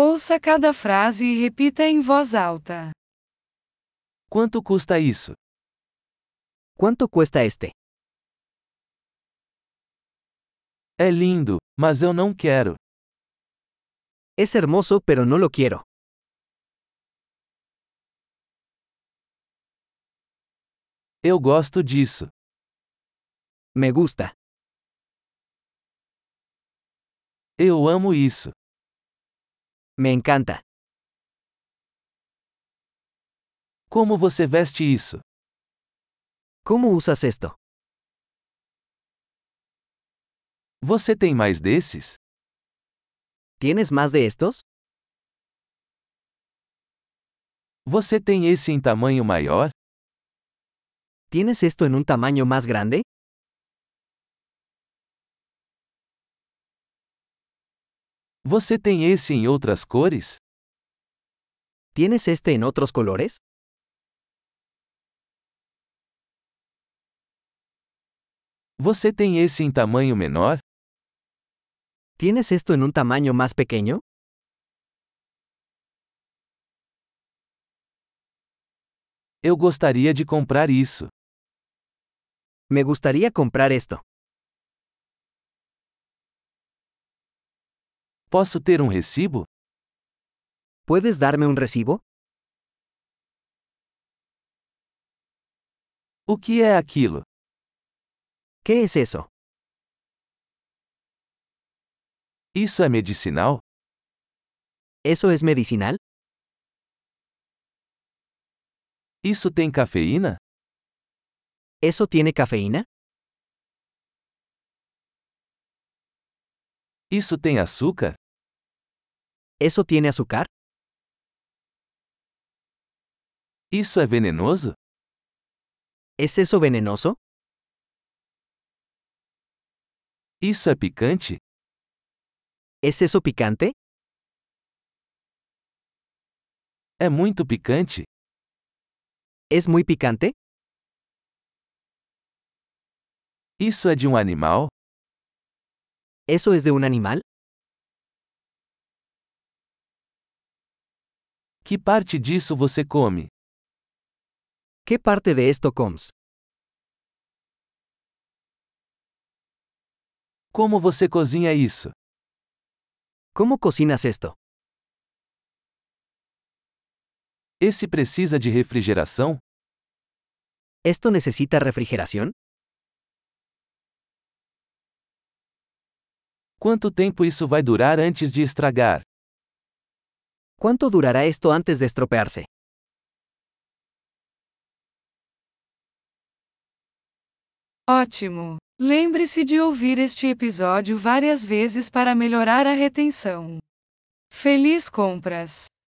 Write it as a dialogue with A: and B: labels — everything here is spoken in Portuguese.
A: Ouça cada frase e repita em voz alta.
B: Quanto custa isso?
C: ¿Cuánto cuesta este?
B: É lindo, mas eu não quero.
C: Es hermoso, pero no lo quiero.
B: Eu gosto disso.
C: Me gusta.
B: Eu amo isso.
C: Me encanta.
B: Como você veste isso?
C: ¿Cómo usas esto?
B: Você tem mais desses?
C: ¿Tienes más de estos?
B: Você tem esse em tamanho maior?
C: ¿Tienes esto en un tamaño más grande?
B: Você tem esse em outras cores?
C: ¿Tienes este en otros colores?
B: Você tem esse em tamanho menor?
C: ¿Tienes esto en un tamaño más pequeño?
B: Eu gostaria de comprar isso.
C: Me gustaría comprar esto.
B: Posso ter um recibo?
C: ¿Puedes darme un recibo?
B: O que é aquilo?
C: ¿Qué es eso?
B: Isso é medicinal?
C: ¿Eso es medicinal?
B: Isso tem cafeína?
C: ¿Eso tiene cafeína?
B: Isso tem açúcar?
C: ¿Eso tiene azúcar?
B: Isso é venenoso?
C: ¿Es eso venenoso?
B: Isso é picante?
C: ¿Es eso picante?
B: É muito picante?
C: ¿Es muy picante?
B: Isso é de um animal?
C: ¿Eso es de un animal?
B: Que parte disso você come?
C: ¿Qué parte de esto comes?
B: Como você cozinha isso?
C: ¿Cómo cocinas esto?
B: Esse precisa de refrigeração?
C: ¿Esto necesita refrigeración?
B: Quanto tempo isso vai durar antes de estragar?
C: ¿Cuánto durará esto antes de estropearse?
A: Ótimo! Lembre-se de ouvir este episódio várias vezes para melhorar a retenção. Feliz compras!